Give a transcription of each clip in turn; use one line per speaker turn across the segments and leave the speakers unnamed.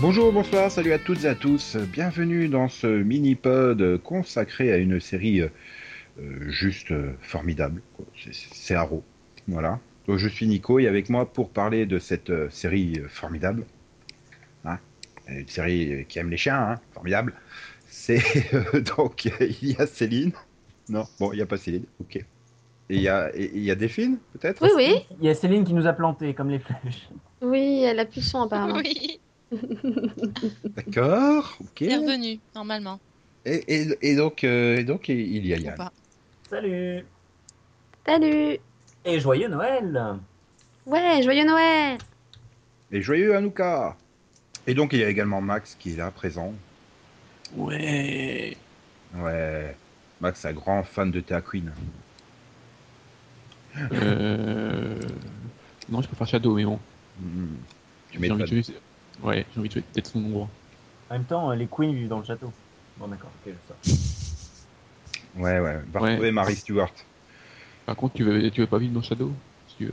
Bonjour, bonsoir, salut à toutes et à tous. Bienvenue dans ce mini-pod consacré à une série euh, juste euh, formidable. quoi. C'est- C'est Arrow. Voilà. Donc, je suis Nico et avec moi pour parler de cette euh, série euh, formidable, hein, une série euh, qui aime les chiens, hein, formidable, c'est euh, donc il y a Céline. Non, bon, il n'y a pas Céline, ok. Et il y a, et- et il y a Delphine, peut-être
Oui, oui,
Il y a Céline qui nous a planté comme les flèches.
oui, elle a plus son apparemment.
Oui,
D'accord, ok.
il est
Et,
revenu, normalement.
et- et donc, euh, et donc, il y a Yann.
Ou pas.
Salut
Salut
Et joyeux Noël
Ouais, joyeux Noël
Et joyeux Hanouka Et donc il y a également Max qui est là présent.
Ouais.
Ouais, Max, un grand fan de Théa Queen.
Euh... Non, je préfère Shadow, mais bon.
Mm. Tu
J'ai envie
m'étonnes.
de tuer. Ouais, j'ai envie de tuer peut-être son hein. endroit.
En même temps, les queens vivent dans le château. Bon, d'accord, ok, je sors.
Ouais, ouais. Va
Ouais.
retrouver Marie Stewart.
Par contre, tu veux, tu veux pas vivre dans Shadow si tu veux.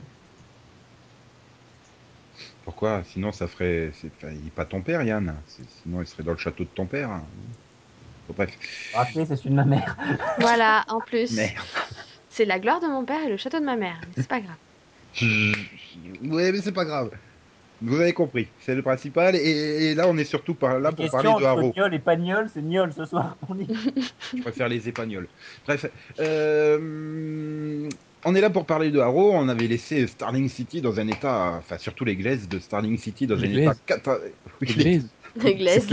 Pourquoi Sinon, ça ferait. c'est- enfin, il n'est pas ton père, Yann. C'est- Sinon, il serait dans le château de ton père. Bon, bref.
Rappelez, Ah, c'est celui de ma mère.
Voilà, en plus,
Merde.
c'est la gloire de mon père et le château de ma mère, mais c'est pas grave.
Ouais, mais c'est pas grave. Vous avez compris. C'est le principal. Et, et là, on est surtout par là pour parler de Haro.
entre Niol et Pagnol, c'est Niol ce soir. On dit.
Je préfère les épagnols. Bref, euh, on est là pour parler de Haro. On avait laissé Starling City dans un état, enfin surtout les glaises de Starling City dans
Les
un
glaises.
état cata- Oui, les
Anglaise.
Des glaises.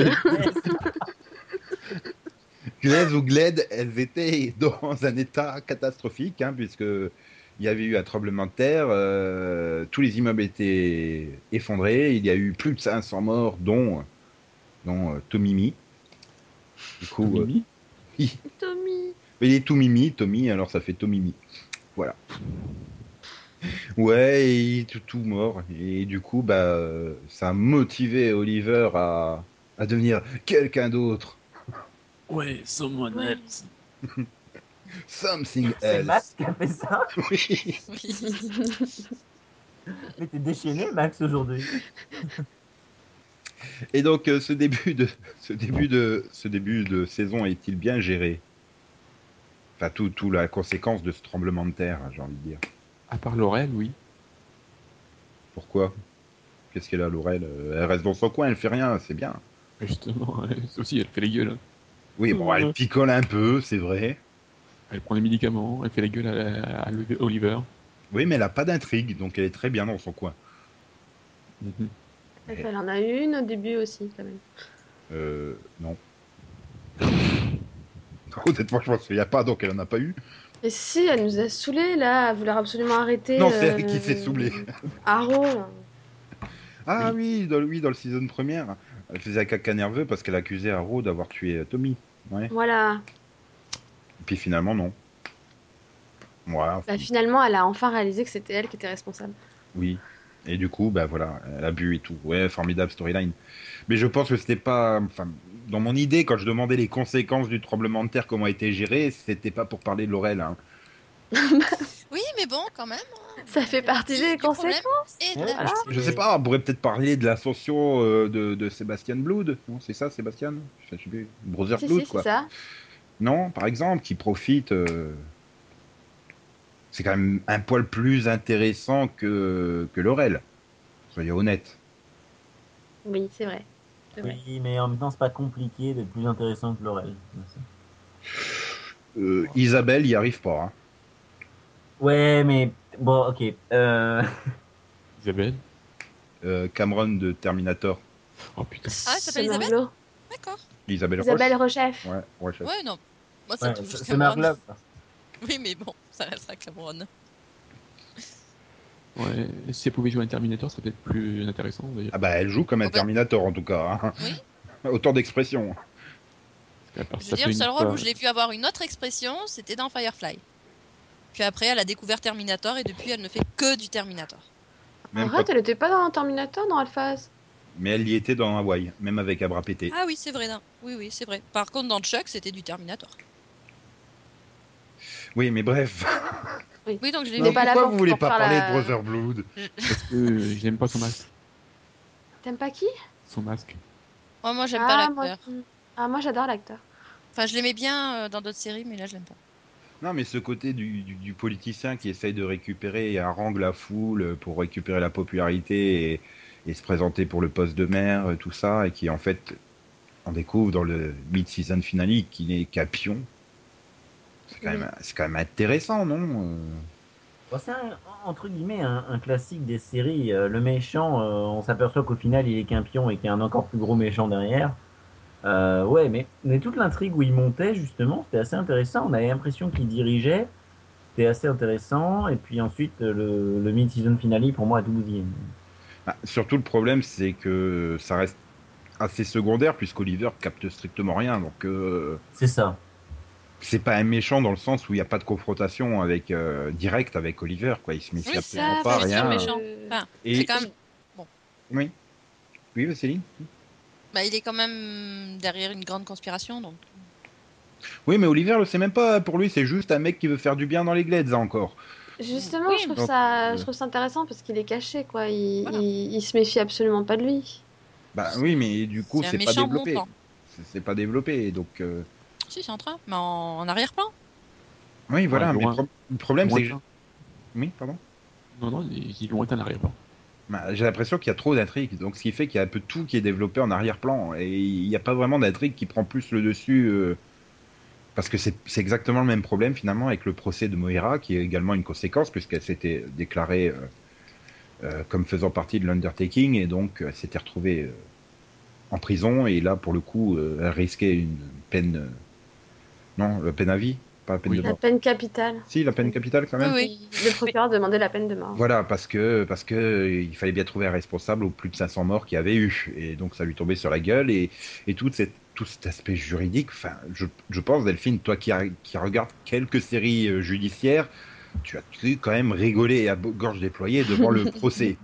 glaises ou glaides, elles étaient dans un état catastrophique, hein, puisque il y avait eu un tremblement de terre, euh, tous les immeubles étaient effondrés, il y a eu plus de 500 morts, dont, dont euh, Tomimi. Du coup, euh,
Mimi.
Tommy
Mais il est tout mimi, Tommy, alors ça fait Tomimi. Voilà. Ouais, et il est tout, tout mort. Et du coup, bah, euh, ça a motivé Oliver à, à devenir quelqu'un d'autre.
Ouais, someone
Ouais.
else.
Something
C'est Max
else.
qui a fait ça.
Oui.
Oui.
Mais t'es déchaîné, Max, aujourd'hui.
Et donc, euh, ce début de, ce début de, ce début de saison est-il bien géré Enfin, tout, tout la conséquence de ce tremblement de terre, hein, j'ai envie de dire.
À part Laurel, oui.
Pourquoi Qu'est-ce qu'elle a, Laurel Euh, Elle reste dans son coin, elle fait rien, c'est bien.
Justement, elle aussi, elle fait les gueules. hein.
Oui, bon, elle
Mhm.
picole un peu, c'est vrai.
Elle prend les médicaments, elle fait la gueule à, la- à Oliver.
Oui, mais elle n'a pas d'intrigue, donc elle est très bien dans son coin.
Mhm.
Elle en a une au début aussi, quand même.
Euh, non. Honnêtement, je pense qu'il n'y a pas, donc elle n'en a pas eu.
Et si, elle nous a saoulés, là, à vouloir absolument arrêter... euh,
Non, c'est elle qui s'est saoulée.
Haro
Ah oui, dans, le- oui, dans le season première, elle faisait un caca nerveux parce qu'elle accusait Haro d'avoir tué euh, Tommy. Ouais.
Voilà.
Et puis finalement, non. Voilà,
Bah, finalement, elle a enfin réalisé que c'était elle qui était responsable.
oui. Et du coup, bah voilà, elle a bu et tout. Ouais, formidable storyline. Mais je pense que c'était pas. Enfin, dans mon idée, quand je demandais les conséquences du tremblement de terre, comment était géré, c'était pas pour parler de Laurel. hein.
Oui, mais bon, quand même.
Ça fait partie
Du
des
problème
conséquences.
Et de
Ouais,
la... Ah,
alors,
Je sais pas, on pourrait peut-être parler de l'ascension euh, de, de Sébastien Blood. Non, c'est ça, Sébastien Je sais plus. Brother
Si,
Blood,
si, c'est
quoi.
ça.
Non, par exemple, qui profite. euh, C'est quand même un poil plus intéressant que, que Laurel. Soyons honnêtes.
Oui, c'est vrai. C'est vrai.
Oui, mais en même temps, c'est pas compliqué d'être plus intéressant que Laurel.
Euh, Isabelle y arrive pas. hein.
Ouais, mais bon, ok. Euh...
Isabelle.
Euh, Cameron de Terminator.
Oh putain.
Ah, elle s'appelle
C'est
Isabelle
Marlowe.
D'accord.
Isabelle, Roche.
Isabelle Rochef.
Ouais, Roche.
Ouais, non. Moi, ça
ouais,
touche
c'est
juste
c'est Mark
Cameron.
Love.
Oui, mais bon, ça restera Cameron.
Ouais, si elle pouvait jouer à un Terminator, ça serait peut-être plus intéressant d'ailleurs.
Ah bah, elle joue comme un
Oh bah.
Terminator en tout cas. hein.
Oui.
Autant d'expression. Ah.
Parce qu'à part
Je veux
ça,
dire,
fait
le
une
seul rôle
fois-
où je l'ai vu avoir une autre expression, c'était dans Firefly. Puis après, elle a découvert Terminator et depuis, elle ne fait que du Terminator.
Même
Arrête,
pas-
elle était pas dans Terminator dans Alphas.
Mais elle y était dans Hawaï, même avec un bras pété.
Ah oui, c'est vrai. non. Oui, oui, c'est vrai. Par contre, dans Chuck, c'était du Terminator.
Oui, mais bref.
Oui, donc je l'ai
Il est
vu.
pas là
pourquoi
pour-
vous voulez
pour
pas
faire
parler
la-
de Brother Blood
Euh, je n'aime pas son masque.
T'aimes pas qui
Son masque.
Oh, moi, j'aime
ah,
pas
moi,
l'acteur.
ah, moi j'adore l'acteur.
Enfin, je l'aimais bien euh, dans d'autres séries, mais là, je l'aime pas.
Non, mais ce côté du, du- du politicien qui essaye de récupérer et harangue la foule pour récupérer la popularité et, et se présenter pour le poste de maire, euh, tout ça, et qui en fait, on découvre dans le mid-season finale qu'il est capion. C'est quand,
Oui.
même- c'est quand même intéressant, non Euh,
Bon, Bah, c'est un- entre guillemets un, un classique des séries. Euh, le méchant, euh, on s'aperçoit qu'au final il est qu'un pion et qu'il y a un encore plus gros méchant derrière. Euh, ouais, mais, mais toute l'intrigue où il montait justement, c'était assez intéressant. On avait l'impression qu'il dirigeait, c'était assez intéressant. Et puis ensuite euh, le, le mid-season finale pour moi a tout bousillé.
Ah, surtout, le problème, c'est que ça reste assez secondaire, puisqu'Oliver capte strictement rien. Donc, euh,
C'est ça.
c'est pas un méchant dans le sens où il n'y a pas de confrontation avec, euh, directe avec Oliver. Quoi. Il se méfie
Oui,
absolument
ça,
pas,
c'est sûr,
rien.
méchant.
Euh,
Enfin,
Et-
C'est quand même...
Oui. Oui, Céline
bah, il est quand même derrière une grande conspiration, donc.
Oui, mais Oliver le sait même pas. Pour lui, c'est juste un mec qui veut faire du bien dans les glades, ça, encore.
Justement,
Oui,
je, trouve
donc,
ça,
euh,
je trouve ça intéressant parce qu'il est caché, quoi. Il,
Voilà.
il, il se méfie absolument pas de lui.
Bah oui, mais du coup,
C'est un
c'est pas
méchant
développé.
montant.
C'est- C'est pas développé. Donc, euh,
Si, c'est en train, mais en, en arrière-plan.
oui, voilà.
Ouais,
mais
loin.
pro- le problème, c'est. que-
Lointain.
Oui, pardon.
Non, non, ils ils l'ont éteint à l'arrière-plan.
Bah, J'ai l'impression qu'il y a trop d'intrigues. Donc, ce qui fait qu'il y a un peu tout qui est développé en arrière-plan. Et il n'y a pas vraiment d'intrigue qui prend plus le dessus. euh, Parce que c'est c'est exactement le même problème finalement avec le procès de Moira, qui est également une conséquence, puisqu'elle s'était déclarée euh, euh, comme faisant partie de l'Undertaking, et donc euh, elle s'était retrouvée euh, en prison, et là pour le coup, euh, elle risquait une peine. euh, non, la peine à vie Pas la peine
Oui.
de
La
mort.
peine capitale.
Si, la peine capitale quand même
Oui, oui.
Et Le procureur demandait la peine de mort.
voilà, parce que parce que euh, il fallait bien trouver un responsable aux plus de 500 morts qu'il y avait eu, et donc ça lui tombait sur la gueule et et tout cette tout cet aspect juridique. Enfin, je, je pense Delphine, toi qui a- qui regarde quelques séries euh, judiciaires, tu as dû quand même rigolé à bo- gorge déployée devant le procès,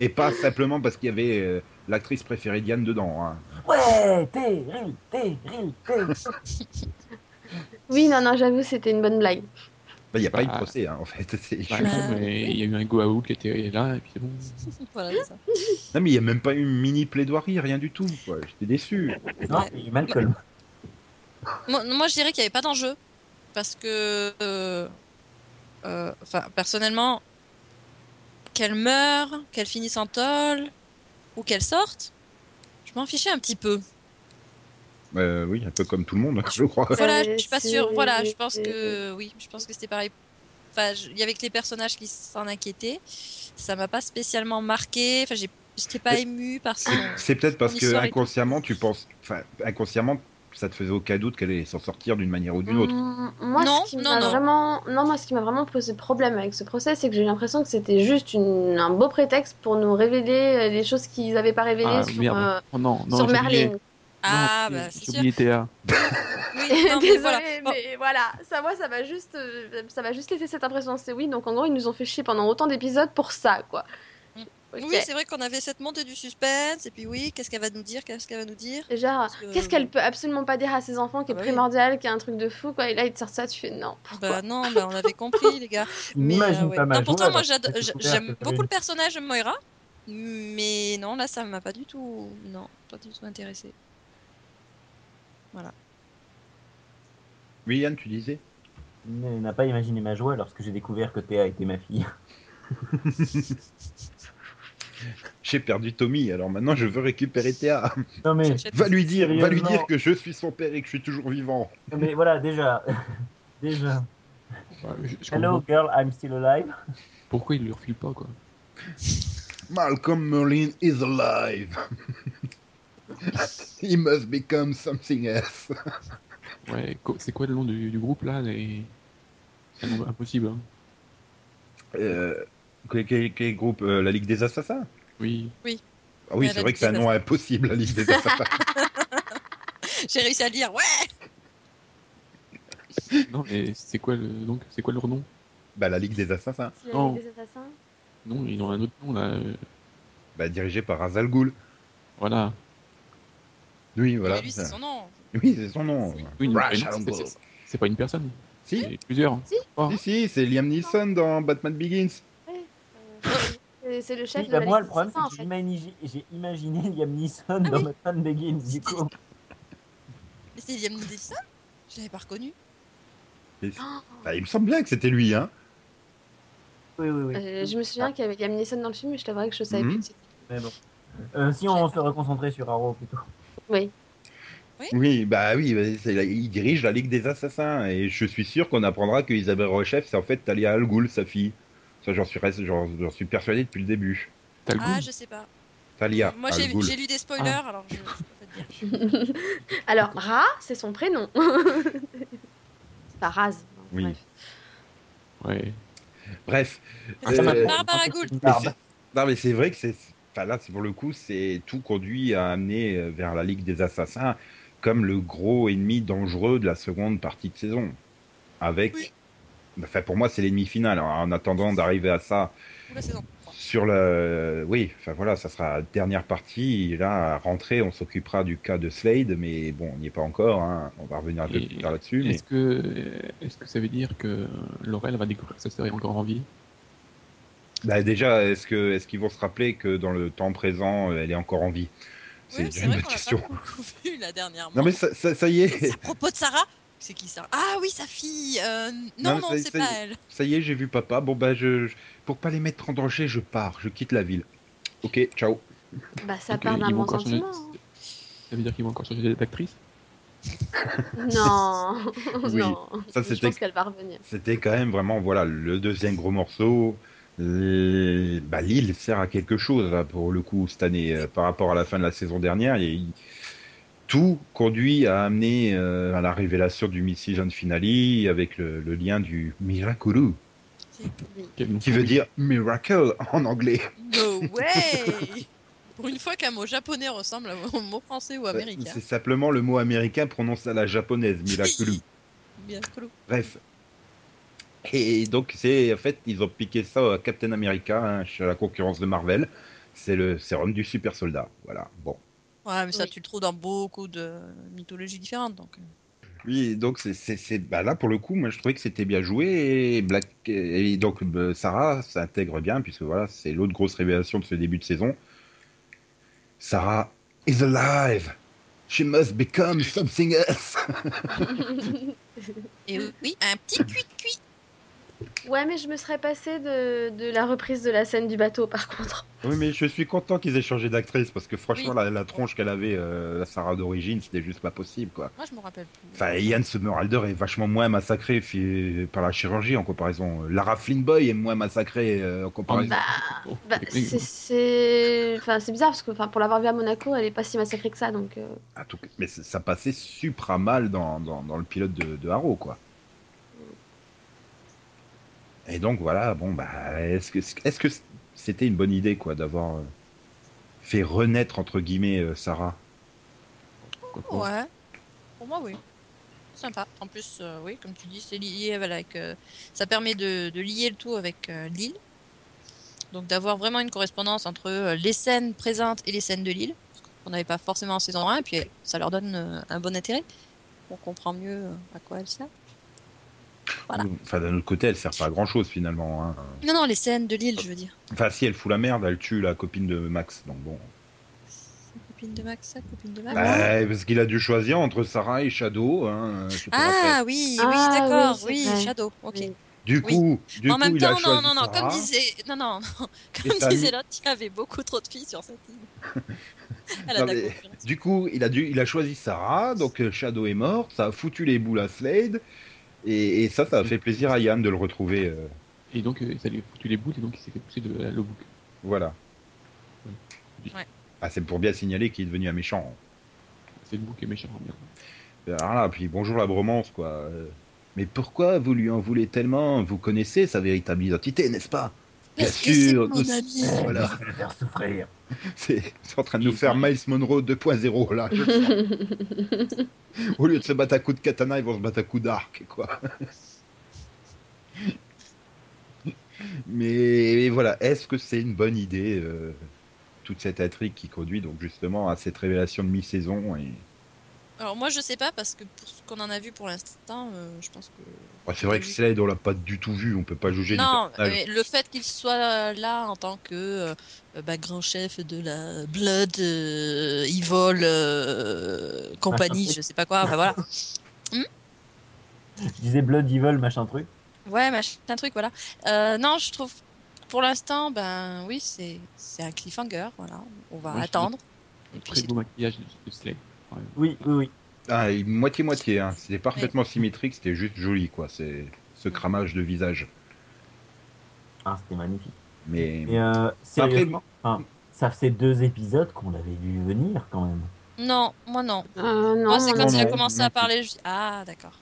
et pas simplement parce qu'il y avait euh, l'actrice préférée Diane dedans. hein.
Ouais, terrible, terrible, terrible.
Oui, non, non, j'avoue, c'était une bonne blague.
Bah, Il n'y a pas eu de
Bah.
procès hein, en fait. C'est-
Bah,
je-
non, mais il y a eu un go-out qui était là, et puis c'est bon.
voilà, c'est ça.
Non mais il n'y a même pas eu une mini plaidoirie, rien du tout. quoi. J'étais déçu.
Non, j'ai mal colmé.
Moi, moi, je dirais qu'il n'y avait pas d'enjeu. Parce que. euh, euh, Enfin, personnellement, qu'elle meure, qu'elle finisse en tôle, ou qu'elle sorte, je m'en fichais un petit peu.
Euh, oui, un peu comme tout le monde, hein, je crois.
Voilà,
Euh,
je suis pas
c'est-
sûre. Voilà, je pense que. Oui, je pense que c'était pareil. Enfin, je- il y avait que les personnages qui s'en inquiétaient. Ça m'a pas spécialement marqué. Enfin, j'ai- j'étais pas
Mais-
émue par son.
C'est peut-être parce
Son
que
histoire est-
inconsciemment, tu penses, enfin, inconsciemment, ça te faisait aucun doute qu'elle allait s'en sortir d'une manière ou d'une autre.
Mm, Moi,
Non,
ce qui
non,
m'a
non.
vraiment, non, moi, ce qui m'a vraiment posé problème avec ce procès, c'est que j'ai l'impression que c'était juste une- un beau prétexte pour nous révéler euh, les choses qu'ils n'avaient pas révélées
Ah,
sur,
merde.
euh,
Oh non, non,
sur
j'ai oublié.
Merlin.
Non,
Ah,
j'ai-
bah, c'est
j'ai
sûr.
oublié Théa.
Oui, non, mais
Désolée,
voilà. Bon,
mais voilà, ça moi ça m'a juste, euh, ça m'a juste laissé cette impression. C'est oui, donc en gros ils nous ont fait chier pendant autant d'épisodes pour ça, quoi.
Mm.
Ok.
Oui, c'est vrai qu'on avait cette montée du suspense, et puis oui, qu'est-ce qu'elle va nous dire, qu'est-ce qu'elle va nous dire.
Genre,
Parce que-
qu'est-ce qu'elle peut absolument pas dire à ses enfants qui est
Ah bah oui.
primordial, qui est un truc de fou, quoi. Et là ils te sortent ça, tu fais non. Pourquoi
Bah non, bah, on avait compris, les gars. Mais,
N'imagine
euh, ouais.
pas ma
Non, pourtant,
joie
moi,
lorsque
j'ado-
j'ai
j'a-
découvert que
j'aime
j'avais
beaucoup
une-
le personnage de Moira, mais non, là, ça m'a pas du tout. Non, pas du tout intéressé.
Oui, Yann, tu disais
Il n'a pas imaginé ma joie lorsque j'ai découvert que Théa était ma fille.
J'ai perdu Tommy, alors maintenant je veux récupérer Théa.
Non mais,
J'achète-
Va lui dire, va lui
Sérieusement.
dire que je suis son père et que je suis toujours vivant.
mais voilà, déjà. déjà.
Ouais, je- je
Hello
comprends
girl, I'm still alive.
Pourquoi il ne lui refile pas, quoi
Malcolm Merlin is alive. He must become something else.
Ouais, co- c'est quoi le nom du, du groupe, là les... C'est un nom impossible, hein.
Euh, quel, quel- quel groupe Euh, La Ligue des Assassins
Oui,
Ah oui,
Ouais,
c'est
la
vrai
Ligue
que c'est un
des
nom impossible, la Ligue des Assassins.
J'ai réussi à le dire, ouais
non, mais c'est quoi, le... donc, c'est quoi leur nom
bah, la Ligue des Assassins,
C'est la
Oh.
Non.
Ligue des assassins
Non, ils ont un autre nom, là. euh,
bah, dirigée par Razal Ghoul.
Voilà.
Oui, voilà.
Mais Lui, Bah c'est son nom.
Oui, c'est son nom.
Oui, mais
Ra's
non,
al
c'est-
Ghul.
c'est- C'est pas une personne,
Si,
c'est plusieurs. hein.
si, si, c'est Liam Neeson dans Batman Begins.
Euh, c'est c'est le chef
Oui,
de
bah,
la
moi, le
Ligue
problème,
des Six
c'est que
Saints, en fait.
j'imagine- j'ai imaginé Liam Neeson
Ah
dans
oui.
Mad Men Begins, du coup.
Mais c'est Liam Neeson Je l'avais pas reconnu.
Et-
Ah.
Oh,
bah, il me semble bien que c'était lui, hein.
Oui, oui, oui.
euh, je me
Ah.
souviens qu'il y avait Liam Neeson dans le film, mais je t'avouerai que je savais
Mhm.
plus. que c'était-
Mais bon. Euh, si on se reconcentrait sur Arrow plutôt.
Oui.
Oui, bah oui, bah, c'est la- il dirige la Ligue des Assassins et je suis sûr qu'on apprendra que Isabelle Rochef, c'est en fait Talia Al Ghul, sa fille. Ça, j'en suis, rest- j'en j'en suis persuadé depuis le Ah, début.
T'as le
Ah,
goût
je sais pas.
Talia
Moi,
Al
j'ai
Ghul.
j'ai lu des spoilers,
Ah.
alors je, je peux pas te dire.
Alors, Ra, c'est son prénom. c'est pas Raz. hein,
Oui.
Bref.
Ouais.
Bref.
Ah, ça
euh,
m'a fait Barbara Gould.
bah, Une
mais
barbe.
c'est- non, mais c'est vrai que c'est. Enfin, là, c'est- pour le coup, c'est tout conduit à amener euh, vers la Ligue des Assassins comme le gros ennemi dangereux de la seconde partie de saison. Avec. bah,
Oui.
Enfin, pour moi, c'est l'ennemi final. En attendant d'arriver à ça,
Ou la saison 3.
Sur le. Oui, enfin voilà, ça sera la dernière partie. Et Là, à rentrer, on s'occupera du cas de Slade, mais bon, on n'y est pas encore. hein. On va revenir un peu
Et-
plus tard là-dessus. Mais...
Est-ce que, est que ça veut dire que Laurel va découvrir que sa sœur est encore en vie
Bah, déjà, est-ce que est-ce qu'ils vont se rappeler que dans le temps présent, euh, elle est encore en vie C'est
Oui,
déjà
c'est
une
vrai
bonne
qu'on
question.
l'a pas beaucoup vu la dernière.
Non, mais ça, ça, ça y est,
À propos de Sarah, c'est qui Sarah Ah oui, sa fille. euh,
Non,
non,
mais
non,
ça y-
c'est
ça y
pas
est.
elle.
ça y est, j'ai vu papa. Bon, bah, je, je- pour pas les mettre en danger, je pars, je quitte la ville. Ok, ciao.
Bah, ça
Donc,
part
euh,
d'un hein.
ils vont
bon
encore changer-
sentiment.
Ça veut dire qu'ils vont encore changer d'actrice
hein. Non.
Oui,
non.
ça,
je
c'était-
pense qu'elle va revenir.
C'était quand même vraiment voilà le deuxième gros morceau. Les- Bah, Lille sert à quelque chose là, pour le coup cette année euh, par rapport à la fin de la saison dernière. Et il- Tout conduit à amener euh, à la révélation du Mid-Season Finale avec le, le lien du Miraculu,
C'est-
Oui.
Qu'elle nous
qui
fout.
veut dire miracle en anglais.
No way Pour une fois qu'un mot japonais ressemble à un mot français ou américain.
C'est simplement le mot américain prononcé à la japonaise, Miraculu.
Bien cool.
Bref. Et donc, c'est en fait, ils ont piqué ça à Captain America, hein, chez la concurrence de Marvel. C'est le sérum du super soldat. Voilà. Bon.
Ouais, mais ça,
Oui.
tu le trouves dans beaucoup de mythologies différentes. Donc.
Oui, donc c'est- c'est c'est- bah là pour le coup, moi je trouvais que c'était bien joué et Black et donc euh, Sarah s'intègre bien puisque voilà c'est l'autre grosse révélation de ce début de saison. Sarah is alive. She must become something else.
Et oui, un petit cuit-cuit.
ouais, mais je me serais passé de, de la reprise de la scène du bateau, par contre.
Oui, mais je suis content qu'ils aient changé d'actrice parce que franchement
Oui.
la, la tronche qu'elle avait euh, la Sarah d'origine, c'était juste pas possible quoi.
Moi, je me rappelle plus.
Enfin, Ian Somerhalder est vachement moins massacré fi- par la chirurgie en comparaison. Lara Flynn Boy est moins massacrée euh, en comparaison.
Bah,
Oh,
Bah,
les-
c'est- c'est enfin, c'est bizarre parce que enfin, pour l'avoir vu à Monaco, elle est pas si massacrée que ça. Donc, euh,
En tout cas, mais c- ça passait supra mal dans, dans, dans le pilote de, de Harrow, quoi. Et donc voilà, bon bah, est-ce que est-ce que c'était une bonne idée, quoi, d'avoir euh, fait renaître entre guillemets euh, Sarah
Pourquoi pas.
Ouais. Pour moi, oui. Sympa. En plus, euh, oui, comme tu dis, c'est lié avec. euh, ça permet de, de lier le tout avec euh, l'île. Donc d'avoir vraiment une correspondance entre euh, les scènes présentes et les scènes de l'île. qu'on n'avait pas forcément en saison 1. Et puis, ça leur donne euh, un bon intérêt. On comprend mieux euh, à quoi elle sert. Voilà.
Enfin, d'un autre côté, elle sert pas à grand chose finalement. hein.
Non, non, les scènes de l'île, je veux dire.
Enfin, si elle fout la merde, elle tue la copine de Max. Donc bon.
Sa copine de Max, sa copine de Max.
Bah, parce qu'il a dû choisir entre Sarah et Shadow. Hein, je sais pas
ah
après.
oui, oui,
Ah, oui,
d'accord,
c'est
oui,
vrai.
Shadow, ok.
oui.
Du
oui.
coup, du
en
coup,
même
il a
temps, non,
choisi
non, non, comme
Sarah.
disait, non, non, non,
Et t'as
comme disait
mis-
l'autre, il y avait beaucoup trop de filles sur cette île. Elle a
Non,
de la
mais-
concurrence.
Du coup, il a, dû, il a choisi Sarah, donc euh, Shadow est morte, ça a foutu les boules à Slade, et, et ça, ça a fait plaisir à Yann de le retrouver. euh,
Et donc, euh, ça lui a foutu les boules et donc il s'est fait pousser de la lowbook.
voilà.
Ouais.
Ah, c'est pour bien signaler qu'il est devenu un méchant.
C'est le bouc est méchant, merde.
Alors là, puis bonjour la bromance, quoi. Euh, Mais pourquoi vous lui en voulez tellement Vous connaissez sa véritable identité, n'est-ce pas Bien
Parce que c'est
sûr,
mon
nous-
ami.
Voilà,
Je vais faire souffrir.
c'est c'est en train de nous faire Miles Monroe 2.0, là. je le sens. Au lieu de se battre à coups de katana, ils vont se battre à coups d'arc, quoi. Mais voilà, est-ce que c'est une bonne idée, euh, toute cette intrigue qui conduit donc justement à cette révélation de mi-saison et
Alors moi je sais pas parce que pour ce qu'on en a vu pour l'instant, euh, je pense que.
Ouais, c'est vrai que Slade, on l'a pas du tout vu, on peut pas juger
Non,
du personnage.
mais le fait qu'il soit là en tant que euh, bah, grand chef de la Blood euh, Evil euh, Compagnie, je sais pas quoi, enfin voilà.
Je disais Blood Evil, machin truc.
Ouais, machin truc, voilà. Euh, non, je trouve pour l'instant, ben oui, c'est c'est un cliffhanger, voilà. On va
Moi, je-
attendre. Et puis
Très
c'est
beau maquillage de, de Slade. Ouais.
Oui, oui, oui.
Ah, et moitié-moitié, hein. c'était parfaitement symétrique, c'était juste joli, quoi, c'est ce cramage de visage.
Ah, c'était magnifique.
Mais
Et euh,
après,
sérieusement, enfin, ça fait deux épisodes qu'on l'avait vu venir quand même.
tout. Non, moi non.
Euh, non,
Moi, c'est
moi,
quand
non,
il a
non,
commencé
non
à
plus.
parler. je dis, Ah, d'accord.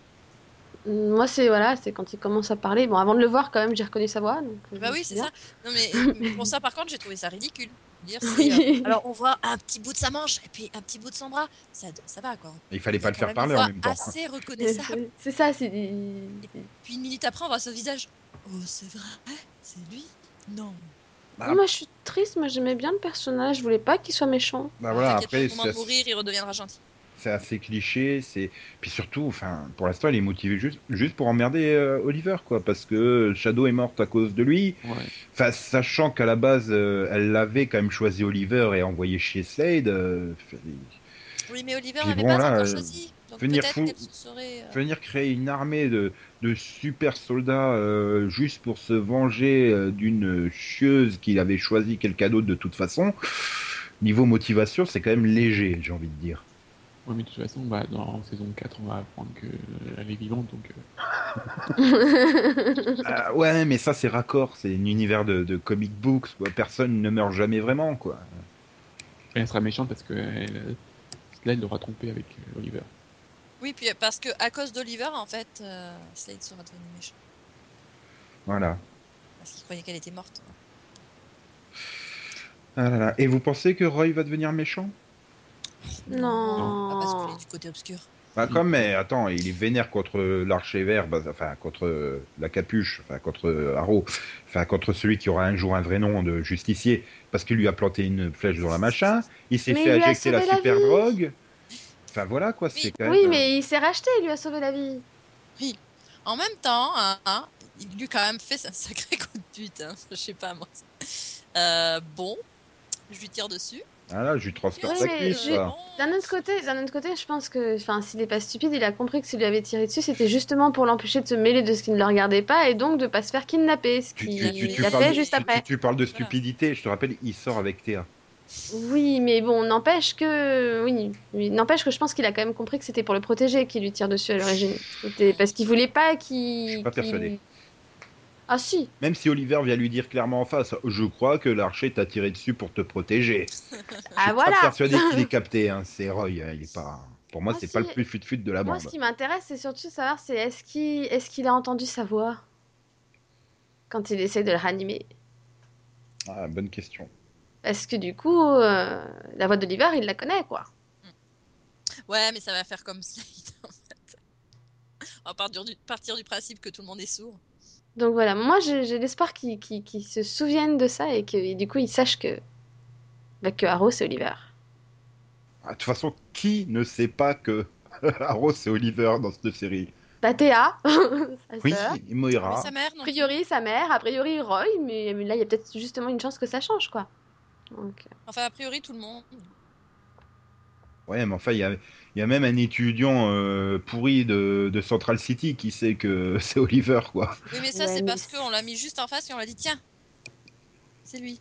Moi, c'est voilà, c'est quand il commence à parler. Bon, avant de le voir, quand même, j'ai reconnu sa voix. donc, euh,
Bah oui, c'est
bien.
ça. Non, mais, mais pour ça, par contre, j'ai trouvé ça ridicule. Dire, c'est, euh,
Oui.
alors, on voit un petit bout de sa manche et puis un petit bout de son bras. Ça, ça va, quoi.
il fallait pas le
On
faire
la
parler en
voit
même temps. hein.
assez reconnaissable.
C'est ça, c'est des-
Puis une minute après, on voit son visage. Oh, c'est vrai C'est lui Non.
Bah,
Moi, je suis triste. Moi, j'aimais bien le personnage. Je voulais pas qu'il soit méchant.
Bah voilà,
T'inquiète pas,
après,
au moment de
c'est-
mourir, il redeviendra gentil.
c'est assez cliché, c'est puis surtout, enfin, pour l'instant, il est motivé juste, juste pour emmerder euh, Oliver, quoi, parce que Shadow est morte à cause de lui.
Ouais.
Enfin, sachant qu'à la base, euh, elle l'avait quand même choisi Oliver et envoyé chez Slade. euh, fait-
Oui, mais Oliver
Puis
n'avait
bon,
pas
là,
encore
euh,
choisi. Donc
venir
peut-être
fou-
qu'elle se serait. euh,
venir créer une armée de, de super soldats euh, juste pour se venger euh, d'une chieuse qu'il avait choisi quelqu'un d'autre de toute façon. Niveau motivation, c'est quand même léger, j'ai envie de dire.
Ouais, mais de toute façon, bah, dans saison 4, on va apprendre qu'elle est vivante, donc euh,
Ah, ouais, mais ça c'est raccord, c'est un univers de, de comic books, quoi. personne ne meurt jamais vraiment, quoi.
elle sera méchante parce que euh, elle, Slade l'aura trompé avec euh, Oliver.
Oui, puis euh, parce que à cause d'Oliver, en fait, euh, Slade sera devenu méchant.
Voilà.
Parce qu'il croyait qu'elle était morte. hein.
Ah là là. Et vous pensez que Roy va devenir méchant
On va pas se coller
Non.
du côté obscur.
Bah
Mm.
comme, mais attends, il est vénère contre l'archer vert, bah, enfin contre euh, la capuche, enfin contre euh, Arrow, enfin contre celui qui aura un jour un vrai nom de justicier, parce qu'il lui a planté une flèche dans la machin, il s'est
Mais
fait
il lui a
injecter la,
sauvé la
super
vie.
drogue. Enfin voilà quoi, c'est quand même.
Oui,
euh,
mais il s'est racheté. Il lui a sauvé la vie.
En même temps, hein, hein, il lui quand même fait un sacré coup de pute, hein, je sais pas moi. Euh, bon, je lui tire dessus.
Ah là, je lui transperce
Oui,
la
mais
cuisse.
je-
là.
D'un autre côté, d'un autre côté, je pense que, enfin, s'il n'est pas stupide, il a compris que s'il lui avait tiré dessus, c'était justement pour l'empêcher de se mêler de ce qui ne le regardait pas et donc de pas se faire kidnapper, ce
Tu,
qu'il
tu- tu- tu
a
parles
fait
de,
juste
tu-
après.
tu parles de
Voilà.
stupidité, je te rappelle, il sort avec Théa.
Oui, mais bon, n'empêche que, oui, oui, n'empêche que je pense qu'il a quand même compris que c'était pour le protéger qu'il lui tire dessus à l'origine. C'était parce qu'il voulait pas qu'il.
Je suis pas
qu'il-
persuadé.
Ah si.
Même si Oliver vient lui dire clairement en face, je crois que l'archer t'a tiré dessus pour te protéger.
Ah
Je suis pas
voilà.
persuadé qu'il est capté, hein. c'est Roy, hein, il est pas. Pour moi,
Moi,
c'est
si-
pas le plus fut-fut de la
Moi,
bande.
ce qui m'intéresse, c'est surtout savoir, c'est est-ce qu'il, est-ce qu'il a entendu sa voix quand il essaie de le ranimer.
Ah, bonne question.
Parce que du coup, euh, la voix d'Oliver, il la connaît, quoi.
Ouais, mais ça va faire comme Slade en fait. On va partir du, partir du principe que tout le monde est sourd.
Donc voilà, moi j'ai j'ai l'espoir qu'ils qu'ils- qu'ils se souviennent de ça et que et du coup ils sachent que, bah, que Harrow c'est Oliver.
Ah, de toute façon, qui ne sait pas que Arrow c'est Oliver dans cette série
Bah Théa, sa
Oui,
sœur, a
et Moira.
Mais sa mère, non.
priori sa mère, a priori Roy, mais mais là il y a peut-être justement une chance que ça change, quoi. Donc,
Enfin, a priori, tout le monde.
Ouais, mais enfin, il y a, il y a même un étudiant euh, pourri de, de Central City qui sait que c'est Oliver, quoi.
Oui, mais ça,
Ouais,
c'est
mais
parce
c'est-
qu'on l'a mis juste en face et on l'a dit tiens, c'est lui.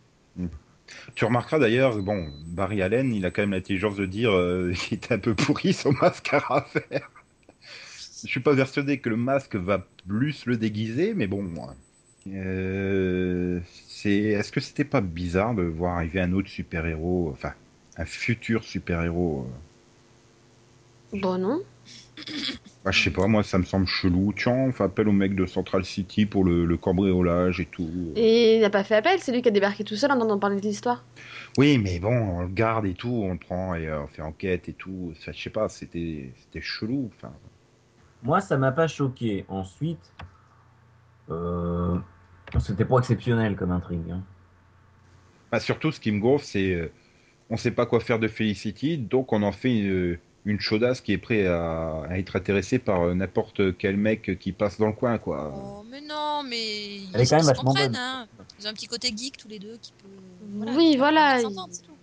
Tu remarqueras d'ailleurs, bon, Barry Allen, il a quand même l'intelligence de dire euh, qu'il était un peu pourri son masque à refaire. Je suis pas persuadé que le masque va plus le déguiser, mais bon. hein. Euh, c'est, est-ce que c'était pas bizarre de voir arriver un autre super-héros, enfin, un futur super-héros euh,
euh, bon non.
bah, Je sais pas, moi, ça me semble chelou. Tiens, on fait appel au mec de Central City pour le, le cambriolage et tout.
Et il n'a pas fait appel, c'est lui qui a débarqué tout seul en entendant parler de l'histoire.
Oui, mais bon, on le garde et tout, on le prend et euh, on fait enquête et tout. Enfin, je sais pas, c'était, c'était chelou. Enfin,
Moi, ça m'a pas choqué. Ensuite, euh, c'était pas exceptionnel comme intrigue. hein.
Bah, surtout, ce qui me gonfle, c'est euh, on sait pas quoi faire de Felicity, donc on en fait une, une chaudasse qui est prête à, à être intéressée par euh, n'importe quel mec qui passe dans le coin, quoi.
Oh, mais non, mais ils
Elle est quand même
se
vachement
comprennent.
bonne.
Hein. Ils ont un petit côté geek tous les deux qui peut.
oui,
qui
voilà.
peut
Ils,
s'entendre, c'est tout.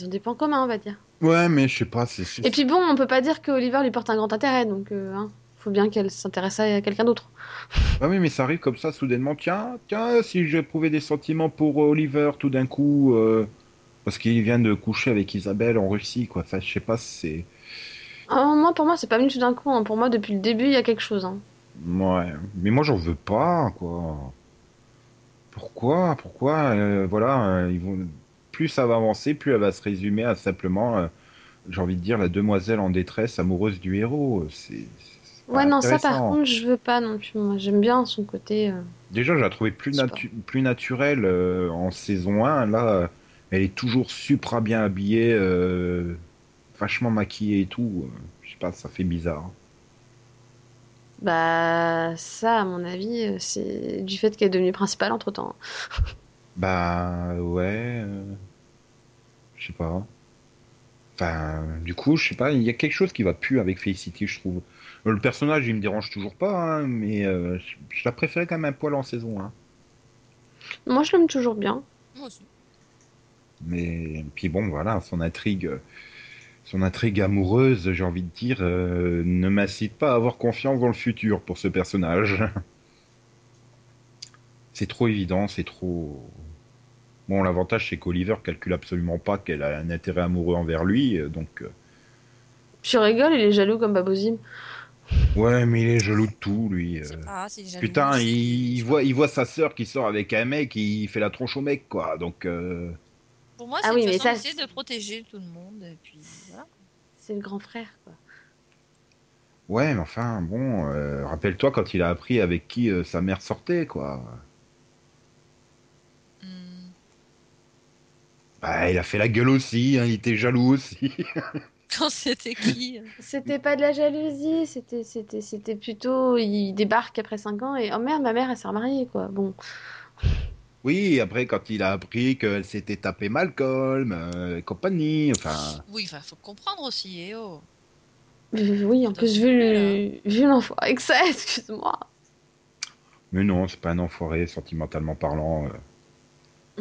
ils ont des points communs, on va dire.
Ouais, mais je sais pas, c'est. c'est-
Et puis bon, on peut pas dire que Oliver lui porte un grand intérêt, donc euh, hein, faut bien qu'elle s'intéresse à quelqu'un d'autre.
Ah oui, mais ça arrive comme ça, soudainement. Tiens, tiens, si j'éprouvais des sentiments pour euh, Oliver tout d'un coup, euh, parce qu'il vient de coucher avec Isabelle en Russie, quoi. Enfin, je sais pas, c'est.
Ah, moi, pour moi, c'est pas venu tout d'un coup. hein. Pour moi, depuis le début, il y a quelque chose. hein.
Ouais, mais moi j'en veux pas, quoi. Pourquoi, pourquoi, euh, voilà, euh, ils vont... plus ça va avancer, plus elle va se résumer à simplement, euh, j'ai envie de dire, la demoiselle en détresse amoureuse du héros. C'est. c'est pas
Ouais, non, ça par
Bah, intéressant.
contre, je veux pas non plus. Moi, j'aime bien son côté. euh,
Déjà, je la trouvais plus,
Je sais
natu- plus naturelle euh, en saison 1. Là, euh, elle est toujours supra bien habillée, euh, vachement maquillée et tout. Euh, Je sais pas, ça fait bizarre.
Bah, ça, à mon avis, euh, c'est du fait qu'elle est devenue principale entre temps. hein.
Bah ouais, euh, je sais pas. Enfin, du coup, je sais pas, il y a quelque chose qui va plus avec Felicity, je trouve. Euh, Le personnage, il me dérange toujours pas, hein, mais euh, je, je la préférais quand même un poil en saison hein. 1.
Moi, je l'aime toujours bien.
Moi aussi.
Mais puis bon, voilà, son intrigue, euh, son intrigue amoureuse, j'ai envie de dire, euh, ne m'incite pas à avoir confiance dans le futur pour ce personnage. c'est trop évident, c'est trop. Bon, l'avantage, c'est qu'Oliver calcule absolument pas qu'elle a un intérêt amoureux envers lui, euh, donc. euh,
Tu rigoles, il est jaloux comme Babozim.
Ouais, mais il est jaloux de tout, lui. euh.
Ah, c'est jaloux.
Putain, il, il voit, il voit sa sœur qui sort avec un mec, il fait la tronche au mec, quoi. Donc, euh,
Pour moi,
Ah
c'est
oui,
une
mais
façon
ça,
d'essayer
c'est-
de protéger tout le monde. Et puis, voilà.
C'est le grand frère, quoi.
ouais, mais enfin, bon, euh, rappelle-toi quand il a appris avec qui euh, sa mère sortait, quoi.
Hmm.
Bah, il a fait la gueule aussi, hein, il était jaloux aussi.
Quand c'était qui euh,
C'était pas de la jalousie, c'était, c'était, c'était plutôt. Il débarque après 5 ans et oh merde, ma mère, elle s'est remariée, quoi. Bon.
oui, après, quand il a appris qu'elle s'était tapé Malcolm euh, et compagnie, enfin.
Oui, il faut comprendre aussi. eh oh.
Euh, Oui, en plus, vu, le... vu l'enfoiré que ça, excuse-moi.
Mais non, c'est pas un enfoiré, sentimentalement parlant. euh.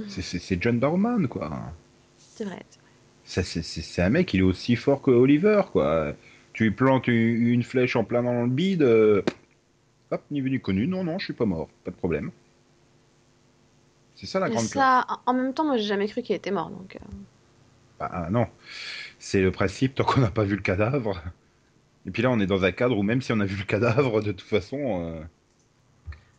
C'est- C'est c'est John Barrowman, quoi.
C'est vrai. c'est
Ça,
vrai.
C'est c'est- c'est un mec, il est aussi fort que Oliver, quoi. Tu lui plantes une, une flèche en plein dans le bide, euh, hop, ni venu connu, non, non, je suis pas mort, pas de problème. C'est ça la
Mais
grande classe.
ça, en- en même temps, moi, j'ai jamais cru qu'il était mort, donc. euh,
Bah non, c'est le principe tant qu'on n'a pas vu le cadavre. Et puis là, on est dans un cadre où même si on a vu le cadavre, de toute façon, euh,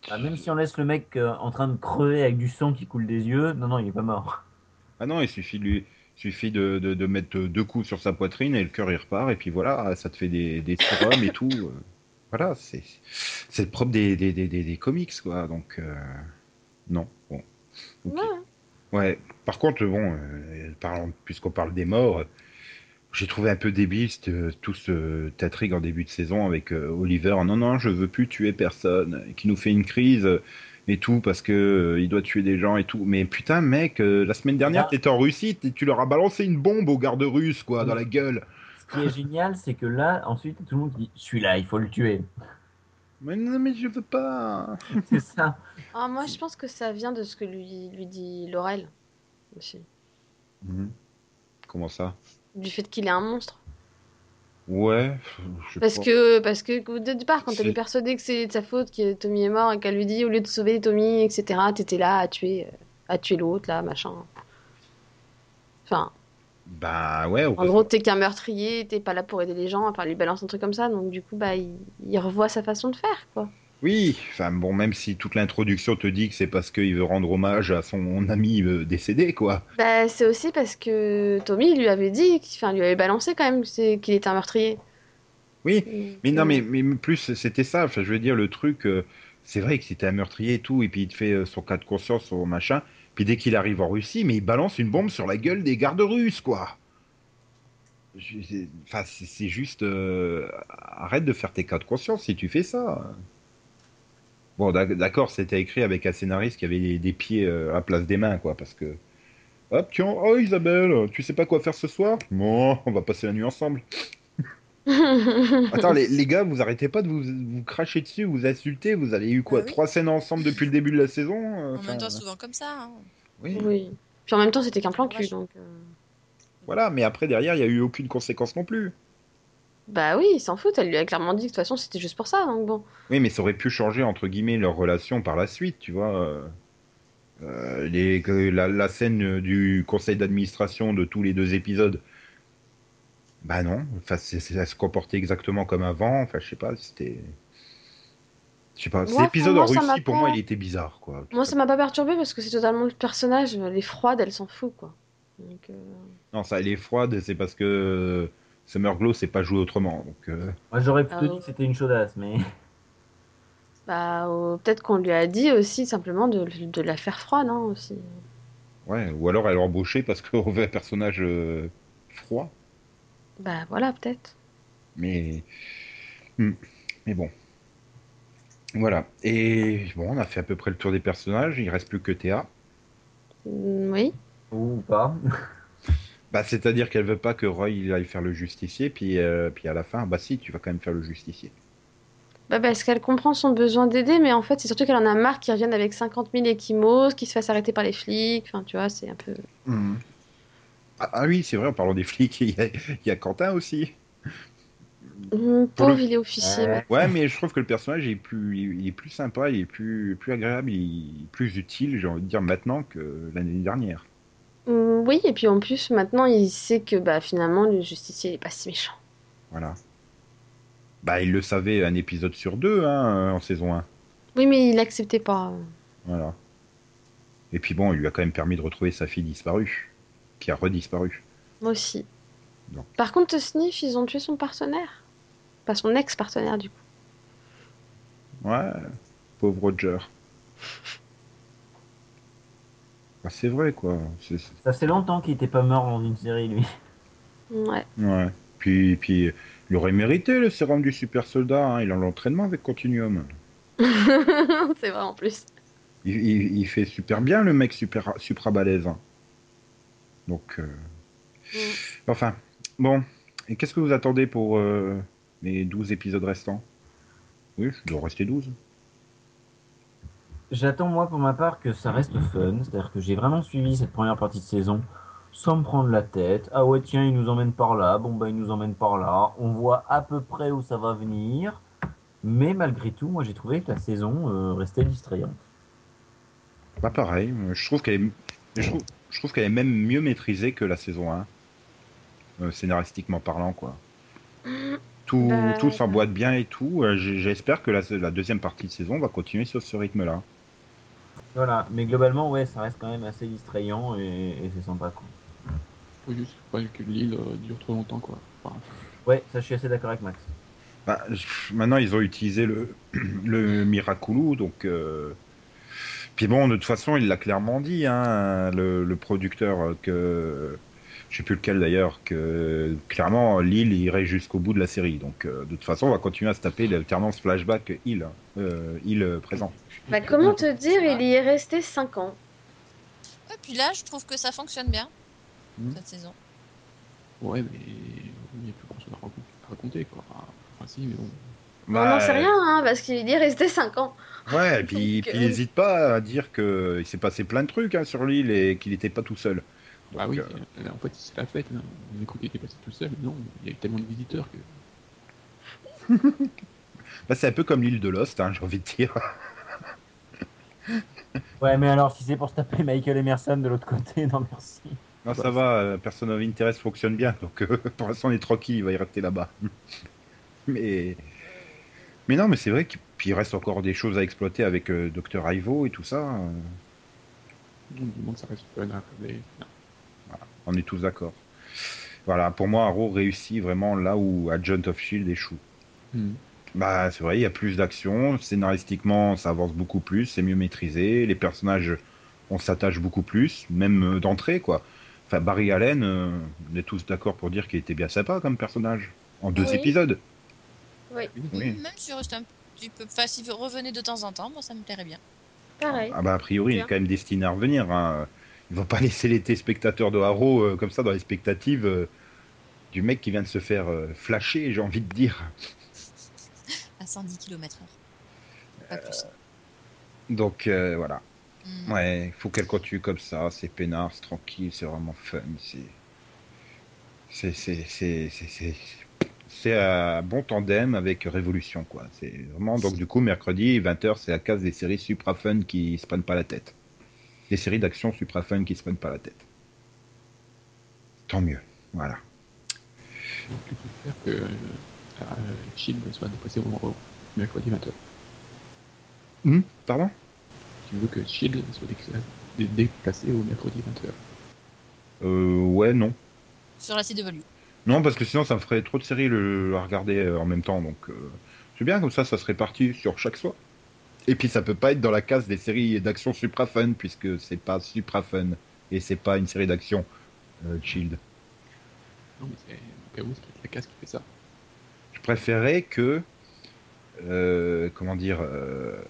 Bah, même si on laisse le mec euh, en train de crever avec du sang qui coule des yeux, non, non, il est pas mort.
ah non, il suffit de lui, suffit de, de- de mettre deux coups sur sa poitrine et le cœur il repart et puis voilà, ah, ça te fait des, des sérums et tout. euh. Voilà, c'est c'est le propre des, des, des, des- des comics quoi. Donc euh, non, bon. Ok.
ouais.
Ouais, par contre, bon, euh, parlons, puisqu'on parle des morts, euh, j'ai trouvé un peu débile euh, tout ce intrigue en début de saison avec euh, Oliver. Non, non, je veux plus tuer personne, et qui nous fait une crise euh, et tout parce que euh, il doit tuer des gens et tout. Mais putain, mec, euh, la semaine dernière,
Ah.
t'étais en Russie, t- tu leur as balancé une bombe aux gardes russes, quoi, dans la gueule.
Ce qui est génial, c'est que là, ensuite, tout le monde dit celui-là, il faut le tuer.
Mais non, mais je veux pas.
C'est ça.
Ah, moi, je pense que ça vient de ce que lui, lui dit Laurel. Aussi.
Mhm. Comment ça
Du fait qu'il est un monstre.
Ouais, je sais
Parce
pas.
que, parce que au départ, quand elle
C'est-
est persuadée que c'est de sa faute, que Tommy est mort et qu'elle lui dit au lieu de sauver Tommy, etc., t'étais là à tuer, euh, à tuer l'autre, là, machin. Enfin,
Bah ouais,
en gros, t'es qu'un meurtrier, t'es pas là pour aider les gens, enfin, lui balance un truc comme ça, donc du coup, bah, il, il revoit sa façon de faire, quoi.
Oui, enfin bon, même si toute l'introduction te dit que c'est parce qu'il veut rendre hommage à son ami euh, décédé, quoi.
Bah, c'est aussi parce que Tommy lui avait dit, qu'il- enfin, lui avait balancé quand même, c'est qu'il était un meurtrier.
Oui, mais non, mais, mais plus c'était ça, enfin je veux dire, le truc, euh, c'est vrai que c'était un meurtrier et tout, et puis il te fait euh, son cas de conscience, son machin, puis dès qu'il arrive en Russie, mais il balance une bombe sur la gueule des gardes russes, quoi. Je- c'est- Enfin, c'est c'est juste, euh, arrête de faire tes cas de conscience si tu fais ça. Bon, d'ac- d'accord, c'était écrit avec un scénariste qui avait des, des pieds euh, à la place des mains, quoi, parce que. Hop, tiens, oh Isabelle, tu sais pas quoi faire ce soir Bon, on va passer la nuit ensemble. Attends, les, les gars, vous arrêtez pas de vous, vous cracher dessus, vous insulter, vous avez eu quoi
Ah
Bah oui.
Trois scènes ensemble depuis le début de la saison euh,
En même temps,
enfin,
souvent comme ça. hein.
oui.
oui. Puis en même temps, c'était qu'un plan cul,
Dommage.
donc. euh,
Voilà, mais après, derrière, il n'y a eu aucune conséquence non plus.
Bah oui, il s'en fout. Elle lui a clairement dit que de toute façon, c'était juste pour ça. Donc bon.
Oui, mais ça aurait pu changer, entre guillemets, leur relation par la suite, tu vois. euh, euh, les, que la, la scène du conseil d'administration de tous les deux épisodes. Bah non, enfin, c'est- c'est- elle se comportait exactement comme avant, enfin, je sais pas, c'était... Je sais pas, cet
Ouais,
épisode
pour
en
moi, ça m'a
Russie, pour moi,
pas-
il était bizarre, quoi.
Moi, ça m'a pas perturbé parce que c'est totalement le personnage. euh, Elle est froide, elle s'en fout, quoi. Donc, euh,
Non, ça, elle est froide, c'est parce que euh, Summer Glow s'est pas joué autrement, donc... euh,
Moi, j'aurais plutôt
Ah
dit
oui.
que c'était une chaudasse, mais.
bah, euh, peut-être qu'on lui a dit aussi simplement de, de la faire froide, hein, aussi.
Ouais, ou alors elle embauchée parce qu'on veut un personnage euh, froid.
Bah voilà, peut-être.
Mais. Hmm. Mais bon. Voilà. Et bon, on a fait à peu près le tour des personnages. Il reste plus que Théa.
Mm, Oui.
Ou pas.
Bah, c'est-à-dire qu'elle veut pas que Roy il aille faire le justicier. Puis, euh, puis à la fin, bah si, tu vas quand même faire le justicier.
Bah parce qu'elle comprend son besoin d'aider, mais en fait, c'est surtout qu'elle en a marre qu'ils reviennent avec 50 000 échymoses, qu'ils se fassent arrêter par les flics. Enfin, tu vois, c'est un peu.
Ah, ah oui, c'est vrai, en parlant des flics, il y a, il y a Quentin aussi.
Mm,
Pour le-
pauvre, il est officier.
Ouais.
Ouais, mais je trouve que le personnage est plus, il est plus sympa, il est plus, plus agréable, il est plus utile, j'ai envie de dire, maintenant que l'année dernière.
mais- Mm, Oui, et puis en plus, maintenant, il sait que bah finalement, le justicier il est pas si méchant.
Voilà. Bah, il le savait un épisode sur deux hein, en saison 1.
Oui, mais il acceptait pas.
Voilà. Et puis bon, il lui a quand même permis de retrouver sa fille disparue, qui a redisparu.
Moi aussi.
Non.
Par contre, Sniff, ils ont tué son partenaire. Pas son ex-partenaire, du coup.
Ouais, pauvre Roger. Bah, c'est vrai, quoi. C'est- c'est-
Ça fait longtemps qu'il était pas mort dans une série, lui.
Ouais.
Ouais. Puis, puis, il aurait mérité le sérum du super soldat. hein. Il a l'entraînement avec Continuum.
c'est vrai en plus.
Il, il- il fait super bien, le mec super, supra balèze. hein. Donc, euh, enfin, bon. Et qu'est-ce que vous attendez pour euh, les 12 épisodes restants Oui, je dois rester 12.
J'attends, moi, pour ma part, que ça reste fun. C'est-à-dire que j'ai vraiment suivi cette première partie de saison sans me prendre la tête. Ah ouais, tiens, il nous emmène par là. Bon, bah, il nous emmène par là. On voit à peu près où ça va venir. Mais malgré tout, moi, j'ai trouvé que la saison euh, restait distrayante.
Pas pareil. euh, Je trouve qu'elle est, je trouve, je trouve qu'elle est même mieux maîtrisée que la saison 1, euh, scénaristiquement parlant, quoi. Tout,
Bah,
tout s'emboîte bien et tout. Euh, j'- J'espère que la, la deuxième partie de saison va continuer sur ce rythme-là.
Voilà, mais globalement, ouais, ça reste quand même assez distrayant et, et c'est sympa, quoi.
Faut juste pas que l'île euh, dure trop longtemps, quoi. Enfin,
Ouais, ça, je suis assez d'accord avec Max.
Bah, je- maintenant, ils ont utilisé le, le Miraculou, donc. euh, Puis bon, de toute façon, il l'a clairement dit, hein, le, le producteur, euh, que. Je sais plus lequel d'ailleurs, que clairement, Lille irait jusqu'au bout de la série. Donc, euh, de toute façon, on va continuer à se taper l'alternance flashback hein, il il euh, présent.
Bah, comment te dire, il y est resté 5 ans.
Et puis là, je trouve que ça fonctionne bien
Mhm.
cette saison.
Ouais, mais il n'y a plus grand chose à racon- à raconter, quoi. Enfin, si, mais bon.
On n'en sait rien, hein, parce qu'il y est resté 5 ans.
Ouais, et puis,
Donc,
puis
euh,
il n'hésite pas à dire qu'il s'est passé plein de trucs hein, sur l'île et qu'il n'était pas tout seul.
Bah
Donc,
oui,
euh,
là, en fait, c'est la fête. Là. On a cru qu'il était passé tout seul, mais non, il y a eu tellement de visiteurs que.
bah, c'est un peu comme l'île de Lost, hein, j'ai envie de dire.
Ouais, mais alors, si c'est pour se taper Michael Emerson de l'autre côté, non, merci.
Non, ça
Bah,
va, euh, Person of Interest fonctionne bien, donc euh, pour l'instant on est tranquille, il va y rester là-bas. mais... mais non, mais c'est vrai qu'il puis il reste encore des choses à exploiter avec euh, Dr. Ivo et tout ça, euh,
Non, du monde, ça reste fun à regarder. Non.
on est tous d'accord. Voilà, pour moi, Arrow réussit vraiment là où Agent of Shield échoue.
Hmm.
Bah, c'est vrai, il y a plus d'action, scénaristiquement ça avance beaucoup plus, c'est mieux maîtrisé, les personnages on s'attache beaucoup plus, même euh, d'entrée quoi. Enfin, Barry Allen, euh, on est tous d'accord pour dire qu'il était bien sympa comme personnage, en deux
Oui.
épisodes. Oui.
Même si reste un petit peu. Enfin, s'il revenait de temps en temps, moi, ça me plairait bien.
Pareil.
Ah bah a priori, il est
Bien.
quand même destiné à revenir. Hein. Ils vont pas laisser les téléspectateurs de Haro euh, comme ça dans les spectatives. euh, du mec qui vient de se faire euh, flasher, j'ai envie de dire.
à 110 km/h. Pas plus.
Donc euh, voilà.
Hmm.
Euh, Ouais, il faut qu'elle continue comme ça, c'est peinard, c'est tranquille, c'est vraiment fun. c'est- c'est- c'est- C'est c'est- c'est- c'est un bon tandem avec Révolution, quoi. C'est vraiment, donc du coup, mercredi, 20h, c'est la case des séries supra fun qui se prennent pas la tête. Des séries d'action supra fun qui se prennent pas la tête. Tant mieux, voilà.
J'espère que euh, euh, Shield soit dépassé au au mercredi 20h.
Hum, pardon
Tu veux que Shield soit décla- dé- déplacé au mercredi 20h.
euh, Ouais, non.
Sur la CW.
Non, parce que sinon, ça me ferait trop de séries le- à regarder euh, en même temps. Donc, euh, c'est bien, comme ça, ça se répartit sur chaque soir. Et puis, ça peut pas être dans la case des séries d'action supra fun, puisque c'est pas supra fun. Et c'est pas une série d'action euh, Shield.
Non, mais c'est au cas où, c'est peut-être la casse qui fait ça.
Je préférais que. euh, comment dire. euh,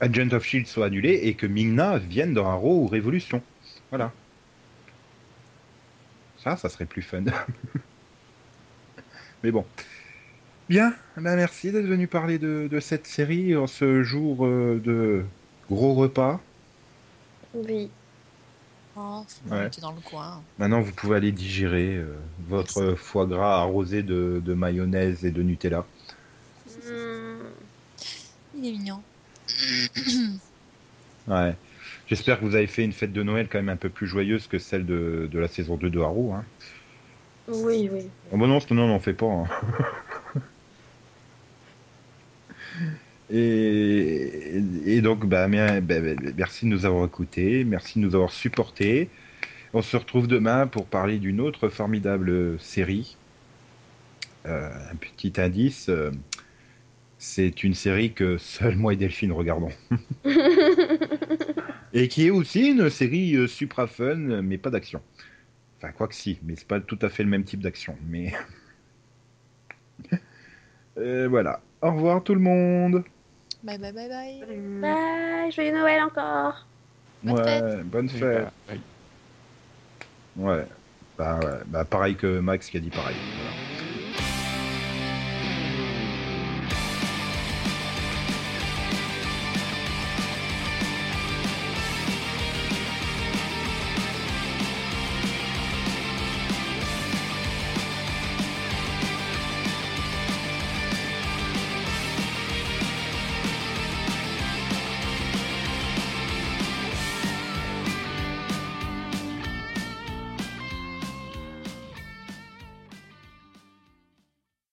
Agent of Shield E soit annulé et que Mingna vienne dans Arrow ou Révolution. Voilà. Ça, ça serait plus fun. Mais bon. Bien, ben merci d'être venu parler de, de cette série en ce jour euh, de gros repas.
Oui.
Oh,
Ouais.
t'es dans le coin.
Maintenant, vous pouvez aller digérer euh, votre foie gras arrosé de, de mayonnaise et de Nutella.
Hmm.
Il est mignon.
Ouais. J'espère que vous avez fait une fête de Noël quand même un peu plus joyeuse que celle de, de la saison 2 de Haru. Hein.
Oui, oui.
Oh, bah non, c'est- non, on n'en fait pas. hein. et, et donc, bah, mais- bah, bah, merci de nous avoir écoutés, merci de nous avoir supportés. On se retrouve demain pour parler d'une autre formidable série. Euh, un petit indice, euh, c'est une série que seul moi et Delphine regardons. Et qui est aussi une série euh, supra fun, mais pas d'action. Enfin, quoi que si, mais c'est pas tout à fait le même type d'action. Mais Euh, voilà. Au revoir tout le monde.
Bye bye bye bye.
Bye, joyeux Noël encore.
Bonne
ouais, bonne
Et euh,
fête.
voilà. Ouais.
Ouais. Bah, ouais. Bah, pareil que Max qui a dit pareil. Voilà.